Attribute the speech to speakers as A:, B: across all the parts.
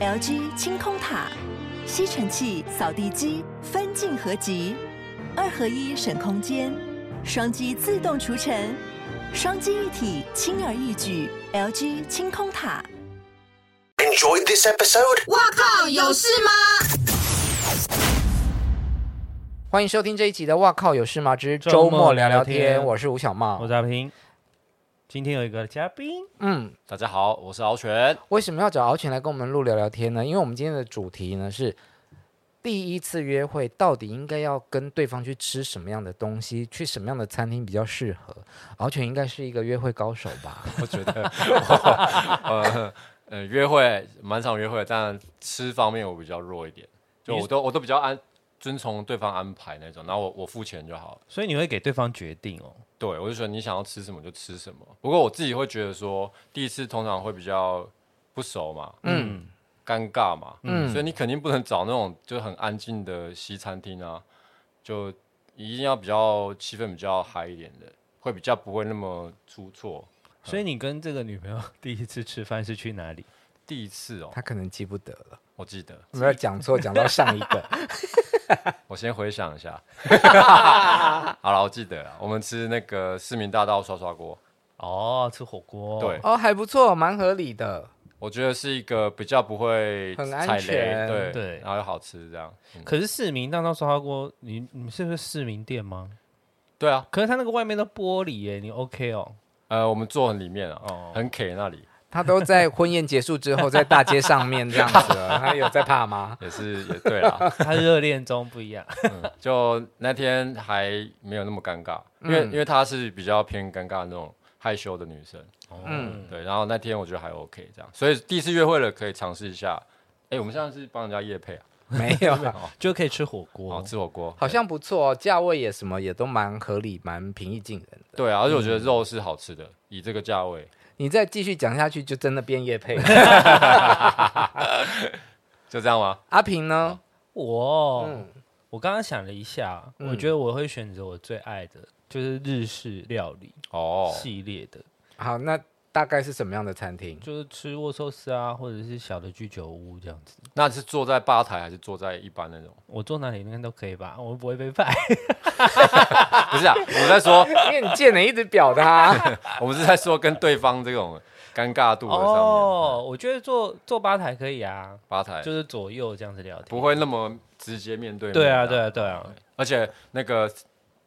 A: LG 清空塔、吸尘器、扫地机分镜合集，二合一省空间，双击自动除尘，双击一体轻而易举。LG 清空塔。
B: Enjoyed this episode?
C: 哇靠，有事吗？
D: 欢迎收听这一集的《哇靠有事吗之
E: 周
D: 周
E: 末
D: 末聊
E: 聊
D: 聊
E: 天哦
D: 天》，我是吴小茂
E: 我。是阿平。今天有一个嘉宾，
D: 嗯，
F: 大家好，我是敖犬。
D: 为什么要找敖犬来跟我们录聊聊天呢？因为我们今天的主题呢是第一次约会到底应该要跟对方去吃什么样的东西，去什么样的餐厅比较适合？敖犬应该是一个约会高手吧？
F: 我觉 得我，呃呃，约会蛮常约会，但吃方面我比较弱一点，就
E: 你
F: 我都我都比较安遵从对方安排那种，然后我我付钱就好了。
E: 所以你会给对方决定哦。
F: 对，我就觉得你想要吃什么就吃什么。不过我自己会觉得说，第一次通常会比较不熟嘛，
D: 嗯
F: 尴尬嘛，
D: 嗯
F: 所以你肯定不能找那种就很安静的西餐厅啊，就一定要比较气氛比较嗨一点的，会比较不会那么出错。
E: 所以你跟这个女朋友 第一次吃饭是去哪里？
F: 第一次哦
D: 他，可能记不得了，
F: 我记得。
D: 没有讲错，讲到上一个。
F: 我先回想一下， 好了，我记得了，我们吃那个市民大道刷刷锅，
E: 哦，吃火锅。
F: 对，
D: 哦，还不错，蛮合理的。
F: 我觉得是一个比较不会
D: 很安
F: 踩
D: 全
F: 雷，对
E: 对
F: 然后又好吃这样，嗯
E: 可是市民大道烧烤锅，你你们是不是市民店吗？
F: 对啊，
E: 可是它那个外面的玻璃耶，你 OK 哦？
F: 呃，我们坐很里面啊
E: 哦，
F: 很 K 那里
D: 他都在婚宴结束之后，在大街上面这样子 了，他有在怕吗？
F: 也是 也对啦，
E: 它热恋中不一样。
F: 嗯就那天还没有那么尴尬，因为
D: 嗯
F: 因为她是比较偏尴尬的那种害羞的女生，哦
D: 嗯，
F: 对，然后那天我觉得还 OK 这样，所以第一次约会了可以尝试一下，哎，我们现在是帮人家夜配啊，
D: 没有。
E: 就可以吃火
F: 好
E: 锅。
F: 吃火锅，
D: 哦好像不错哦，价位也什么也都蛮合理，蛮平易近人的。
F: 对啊，而且我觉得肉是好吃的，以这个价位，
D: 你再继续讲下去，就真的变叶配了。
F: 就这样吗？
D: 阿平呢？
E: 我哦、
D: 嗯
E: 我刚刚想了一下，
D: 嗯
E: 我觉得我会选择我最爱的，就是日式料理
F: 哦，
E: 系列的，
D: 好，那大概是什么样的餐厅？
E: 就是吃握寿司啊，或者是小的居酒屋这样子。
F: 那是坐在吧台还是坐在一般那种？
E: 我坐哪里应该都可以吧，我不会 被拍。
F: 不是啊，我在说，
D: 因为你见人一直表 达，
F: 我们是在说跟对方这种尴尬度的上面，
D: 嗯
E: 哦，我觉得坐坐吧台可以啊，
F: 吧台
E: 就是左右这样子聊天，
F: 不会那么直接面对面
E: 对啊，
F: 的
E: 对啊，，对啊，
F: 而且那个。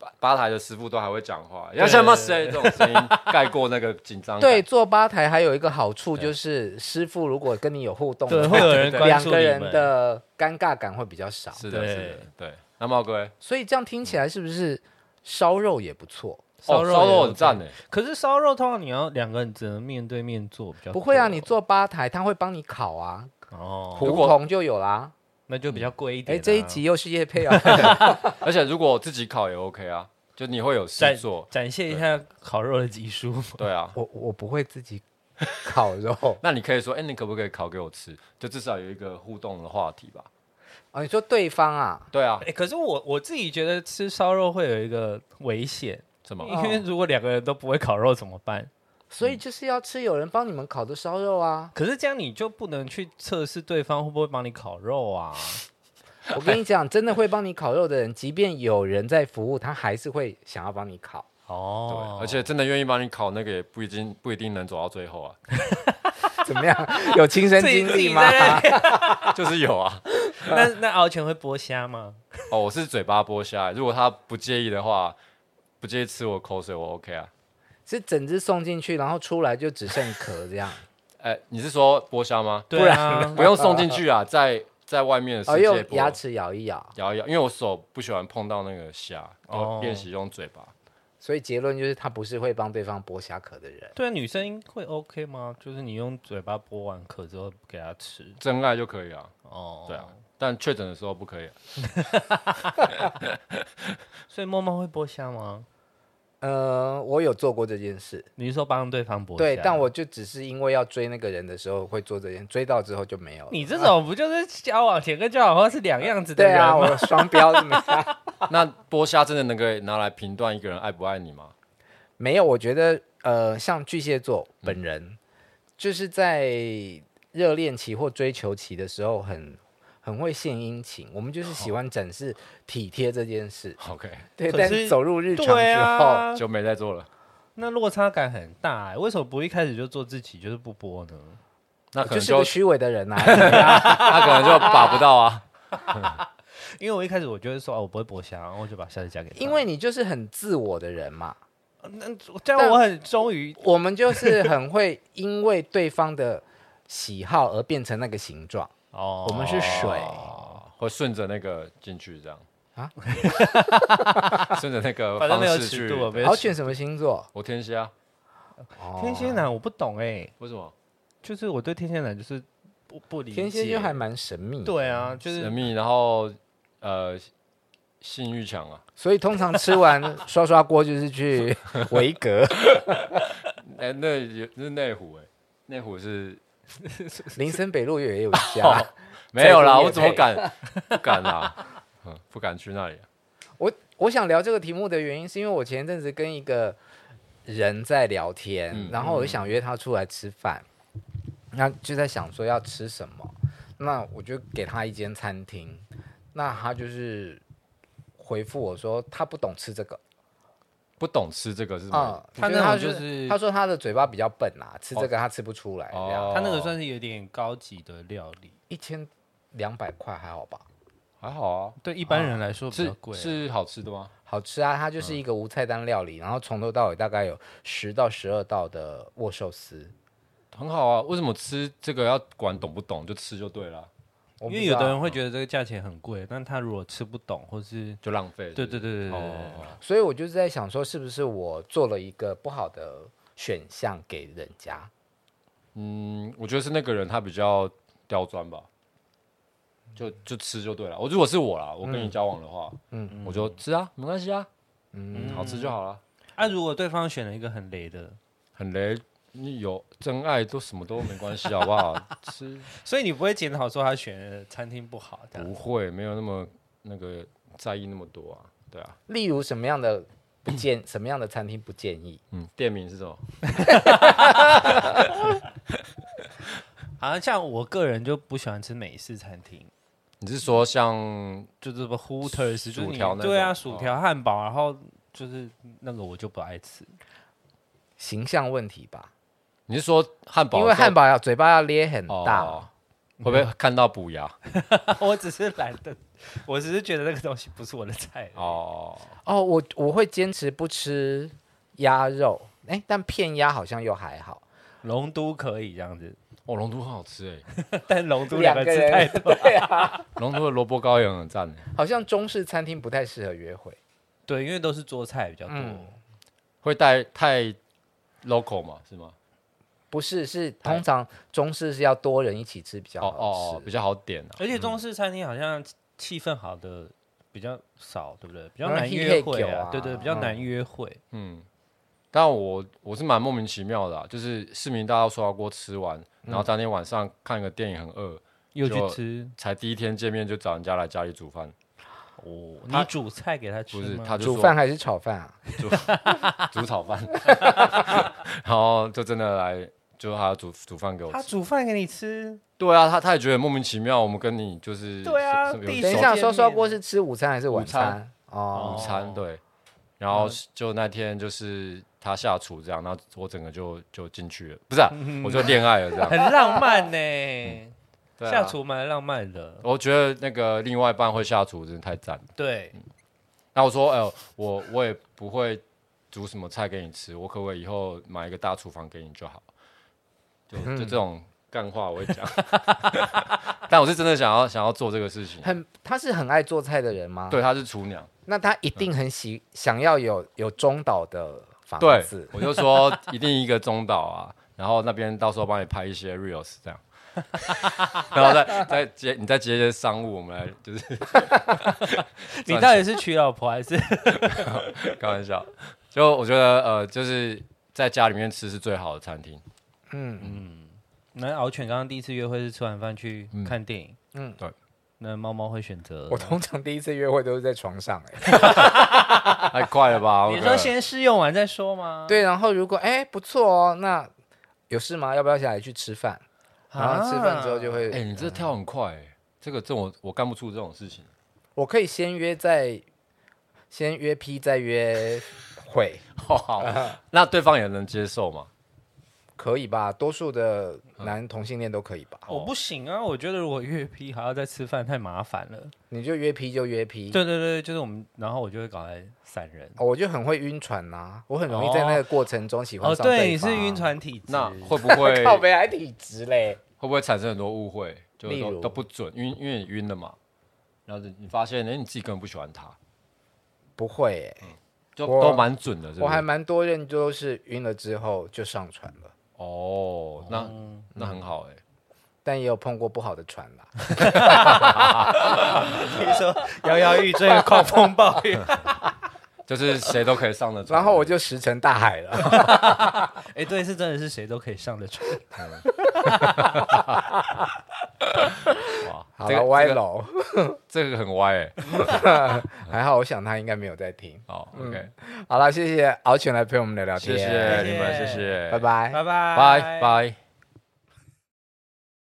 F: 吧吧台的师傅都还会讲话，
E: 对
F: 要像 m 谁这种声音盖过那个紧张感。
D: 对，坐吧台还有一个好处就是，师傅如果跟你有互动的
E: 对，
D: 话，
E: 会有人关
D: 两
E: 注
D: 个
E: 你
D: 人
E: 们。
D: 的尴尬感会比较少。
F: 是的，
E: 对
F: 是的，对。那茂哥嘞，
D: 所以这样听起来是不是烧肉也不错？
F: 哦，
E: 肉
F: 烧
E: 也
F: 肉很
E: 有
F: 赞呢，
E: 可是烧肉通常你要两个人只能面对面坐比较多，
D: 不会啊，你坐吧台他会帮你烤啊，
E: 哦，
F: 如
D: 胡
F: 果
D: 同就有啦。
E: 那就比较贵一
D: 哎，
E: 点啊。
D: 这一集又是叶配啊。
F: 而且如果自己烤也 OK 啊，就你会有
E: 展
F: 事做，
E: 展现一下烤肉的 技术，
F: 对啊。
D: 我我不会自己烤肉
F: 那你可以说，哎、你可不可以烤给我吃？就至少有一个互动的话题吧。
D: 哦。你说对方啊，
F: 对啊
E: 哎、，可是我我自己觉得吃烧肉会有一个危险，
F: 什
D: 哦
F: 么？
E: 因为如果两个人都不会烤肉怎么办？
D: 所
E: 嗯
D: 以就是要吃有人帮你们烤的烧肉啊。
E: 可是这样你就不能去测试对方会不会帮你烤 肉啊？
D: 我跟你讲，真的会帮你烤肉的人，即便有人在服务，他还是会想要帮你 烤。
F: 对，
E: 哦，
F: 而且真的愿意帮你烤那个，也不一定不一定能走到最后啊，
D: 怎么样？有亲身
E: 自己
D: 经
E: 自
D: 历
E: 己
D: 吗？
E: 在
F: 就是有啊。
E: 那边那那敖犬会剥虾吗？
F: 哦，我是嘴巴剥虾，如果他不介意的话，不介意吃我口水，我 OK 啊。
D: 是整只送进去，然后出来就只剩壳这样。
F: 哎、你是说剥虾吗？
E: 对啊，
F: 不用送进去啊，在在外面的
D: 哦，
F: 世
D: 用
F: 界剥、
D: 牙齿咬一咬。
F: 咬一咬，因为我手不喜欢碰到那个虾，
E: 哦
F: 我练习用嘴巴。
D: 所以结论就是，他不是会帮对方剥虾壳的人。
E: 对啊，女生会 OK 吗？就是你用嘴巴剥完壳之后给她吃
F: 真爱就可以啊，
E: 哦。
F: 对啊，，但确诊的时候不可以啊、
E: 所以默默会剥虾吗？
D: 呃，我有做过这件事，
E: 你是说帮对方剥虾？
D: 对，但我就只是因为要追那个人的时候会做这件，追到之后就没有了。
E: 你这种不就是交往前跟交往后是两样子的
D: 对
E: 人
D: 啊，
E: 吗？
D: 我双标是没
F: 那剥虾真的能够拿来评断一个人爱不爱你吗？
E: 嗯
D: 没有，我觉得呃，像巨蟹座本人，就是在热恋期或追求期的时候很。很会献殷勤，我们就是喜欢展示体贴这件事。
F: OK，
D: 对，
E: 哦可
D: 但
E: 是
D: 走入日常之后，
E: 对啊，
F: 就没再做了。
E: 那落差感很大、欸，为什么不一开始就做自己，就是不播呢？哦
F: 那可
D: 我就
F: 能
D: 是个
F: 就
D: 虚伪的人 啊。
F: 他可能就把不到啊。
E: 因为我一开始我就会说，哦，我不会剥虾，然后我就把虾子夹给他。
D: 因为你就是很自我的人嘛。
E: 这样我很忠于
D: 我们就是很 会因为对方的喜好而变成那个形状。
E: 哦，
D: 我们是水，
F: 哦，会顺着那个进去这样
D: 啊
F: 啊， 顺着那个
E: 反正
F: 方
E: 没有
F: 式
E: 尺
F: 去。
E: 度，啊没有
D: 好
E: 尺
D: 选什么星座？
F: 我天蝎啊，
E: 度天蝎男我不懂哎、欸，
F: 为什么？
E: 就是我对天蝎男就是不不理解。
D: 天蝎就还蛮神秘，，
E: 对啊，就
F: 神
E: 是
F: 秘，然后呃，性欲强啊。
D: 所以通常吃完 刷刷锅就是去维格，
F: 哎、那也是内湖哎、内湖是
D: 林森北路也有一家。
F: 没有
D: 在
F: 啦，
D: 乎业
F: 我怎么
D: 配
F: 敢？不敢啦，嗯，不敢去那里、啊。
D: 我我想聊这个题目的原因，是因为我前一阵子跟一个人在聊天，
F: 嗯
D: 然后我就想约他出来吃饭，那就在想说要吃什么，那我就给他一间餐厅，那他就是回复我说他不懂吃这个，
F: 不懂吃这个是什
D: 嗯
F: 么？，
D: 他
E: 他
D: 觉得
E: 那
D: 他
E: 种就是是
D: 他说他的嘴巴比较笨啊，吃这个他吃不出来，这样
F: 哦
E: 哎他那个算是有点高级的料理，
D: 一千两百块还好吧？
F: 还好啊，
E: 对一般人来说比较
F: 是
E: 贵、啊。
F: 是好吃的吗？
D: 好吃啊，它
E: 嗯
D: 就是一个无菜单料理，然后从头到尾大概有十到十二道的握寿司。
F: 很好啊，为什么吃这个要管懂不懂？就吃就对了，
D: 我
E: 因
D: 不
E: 为
D: 知
E: 有的
D: 道
E: 人
F: 嗯
E: 会觉得这个价钱很贵，但他如果吃不懂，或是
F: 就浪费。
E: 对对对对对对
F: 哦，
D: 所以我就是在想说，是不是我做了一个不好的选项给人家？
F: 嗯，我觉得是那个人他比较刁钻吧，就就吃就对了。我如果是我啦，我跟你交往的话，嗯，我就吃啊，没关系啊，嗯，好吃就好了。
E: 啊，如果对方选了一个很雷的，
F: 很雷，你有真爱都什么都没关系，好不好？ 吃
E: 所以你不会检讨说他选的餐厅不好，
D: 啊
E: 这
F: 不
E: 样
F: 会没有那么那个在意那么多啊，对啊。
D: 例如什么样的 不建，什么样的餐厅不建议？
F: 嗯，店名是什么？
E: 好像像我个人就不喜欢吃美式餐厅，
F: 你是说像
E: 就是什么 Hooters 就是你
F: 条那
E: 对啊，
F: 种
E: 薯
F: 哦
E: 条、汉堡，然后就是那个我就不爱吃。
D: 形象问题吧，
F: 你是说汉堡？
D: 因为汉堡要嘴巴要咧很大，
F: 哦会不会看到补牙？
E: 我只是懒得，我只是觉得那个东西不是我的菜。
F: 哦，
D: 哦，我我会坚持不吃鸭肉，哎，但片鸭好像又还好。
E: 龙都可以这样子，
F: 哦，龙都很好吃哎，
E: 但龙都两个字太多。
D: 对啊，
F: 龙都的萝卜糕也很赞哎，
D: 好像中式餐厅不太适合约会。
E: 对，因为都是做菜比较多。
D: 嗯
F: 会带太 local 嘛，是吗？
D: 不是，是通常中式是要多人一起吃比较
F: 哎哦
D: 好吃。
F: 哦，哦比较好点啊。
E: 而且中式餐厅好像气氛好的比较少，对不对？比较
D: 当然
E: 难
D: Hit
E: 约会
D: Hit 啊
E: 啊，对对，比较
D: 嗯
E: 难约会。
F: 嗯，但我我是蛮莫名其妙的啊，就是市民大道刷锅吃完，
D: 嗯
F: 然后当天晚上看个电影很饿，
E: 又
F: 就
E: 去吃
F: 才第一天见面就找人家来家里煮饭，
E: 哦，
F: 他
E: 你煮菜给他吃
F: 不是
E: 吗
F: 他就
D: 煮
F: 说
D: 饭还是炒饭啊？
F: 煮炒饭， 然后就真的来，就还要煮煮饭给我
E: 他
F: 吃。
E: 煮饭给你吃，
F: 对啊，他他也觉得莫名其妙，我们跟你就是
E: 对啊
F: 是是有
E: 第一
D: 等一
E: 手
D: 下，
E: 见
D: 刷刷
E: 面
D: 锅是吃午餐还是晚
F: 午餐
D: 餐？哦，
F: 午餐对，然后就那天就是他下厨这样，然后我整个就就进去了，不是啊、我就恋爱了这
E: 很
F: 样。
E: 浪漫呢、
F: 对啊
E: 下，厨蛮浪漫的，
F: 我觉得那个另外一半会下厨真的太赞了。
E: 对，
F: 那我说，哎、呦，我我也不会煮什么菜给你吃，我可不可以以后买一个大厨房给你就好？就就这种干话我会讲， 但我是真的想要想要做这个事 情。
D: 很，他是很爱做菜的人吗？，
F: 对，她嗯是厨娘，
D: 那他一定很喜想要有有中岛的房
F: 对
D: 子，，
F: 我就说一定一个中岛啊，然后那边到时候帮你拍一些 reels 这样， 然后再再接你再接一些商务，我们来就是
E: 你到底是娶老婆还是？
F: 开玩笑，就我觉得呃，就是在家里面吃是最好的餐厅，
E: 那敖犬刚刚第一次约会是吃完饭去看电影，
D: 嗯
F: 对。
E: 那猫猫会选择
D: 我，通常第一次约会都是在床上、欸，
F: 嗯 太快了 吧？
E: 你
F: 我
E: 说
F: 的
E: 先试用完再说吗？，
D: 对，然后如果哎、不错哦，那有事吗？要不要下来去吃饭？然后吃饭之后就会，
F: 哎、你这跳很快、哎这个这我我干不出这种事情。
D: 我可以先约再先约 P 再约会，
F: 好，那对方也能接受嘛？
D: 可以吧？多数的男同性恋都可以吧？
E: 我不行啊，我觉得如果越批还要再吃饭，太麻烦了。
D: 你就约 P 就约 P，、
E: 对对对，就是我们，然后我就会搞来散人。
D: 哦我就很会晕船呐、我很容易在那个过程中喜欢
E: 哦，
D: 上
E: 对，你
D: 方啊
E: 是晕，船体质，
F: 那会不 会
D: 靠
F: 会
D: 北还体质嘞。
F: 不会产生很多误会？就
D: 例如
F: 都都不准，因为因为你晕了嘛，然后你发现哎、你自己根本不喜欢他，
D: 不会耶、
F: 就
D: 我
F: 都蛮准的。是不是
D: 我还蛮多人都是晕了之后就上船了，
F: 哦，那那很好哎、
D: 但也有碰过不好的船啦。
E: 听说 摇摇欲坠的狂风暴 雨。
F: 就是谁都可以上的船。
D: 然后我就石沉大海了。
E: 哎，对，是真的是谁都可以上的船。
D: 好
F: 这个
D: 了，歪楼，
F: 这个很歪哎、
D: 还好，我想他应该没有在听。
F: 好，OK，
D: 嗯好了，谢谢敖犬来陪我们聊聊天，
F: 谢谢你们，谢谢，
D: 拜拜，
E: 拜拜，
F: 拜拜。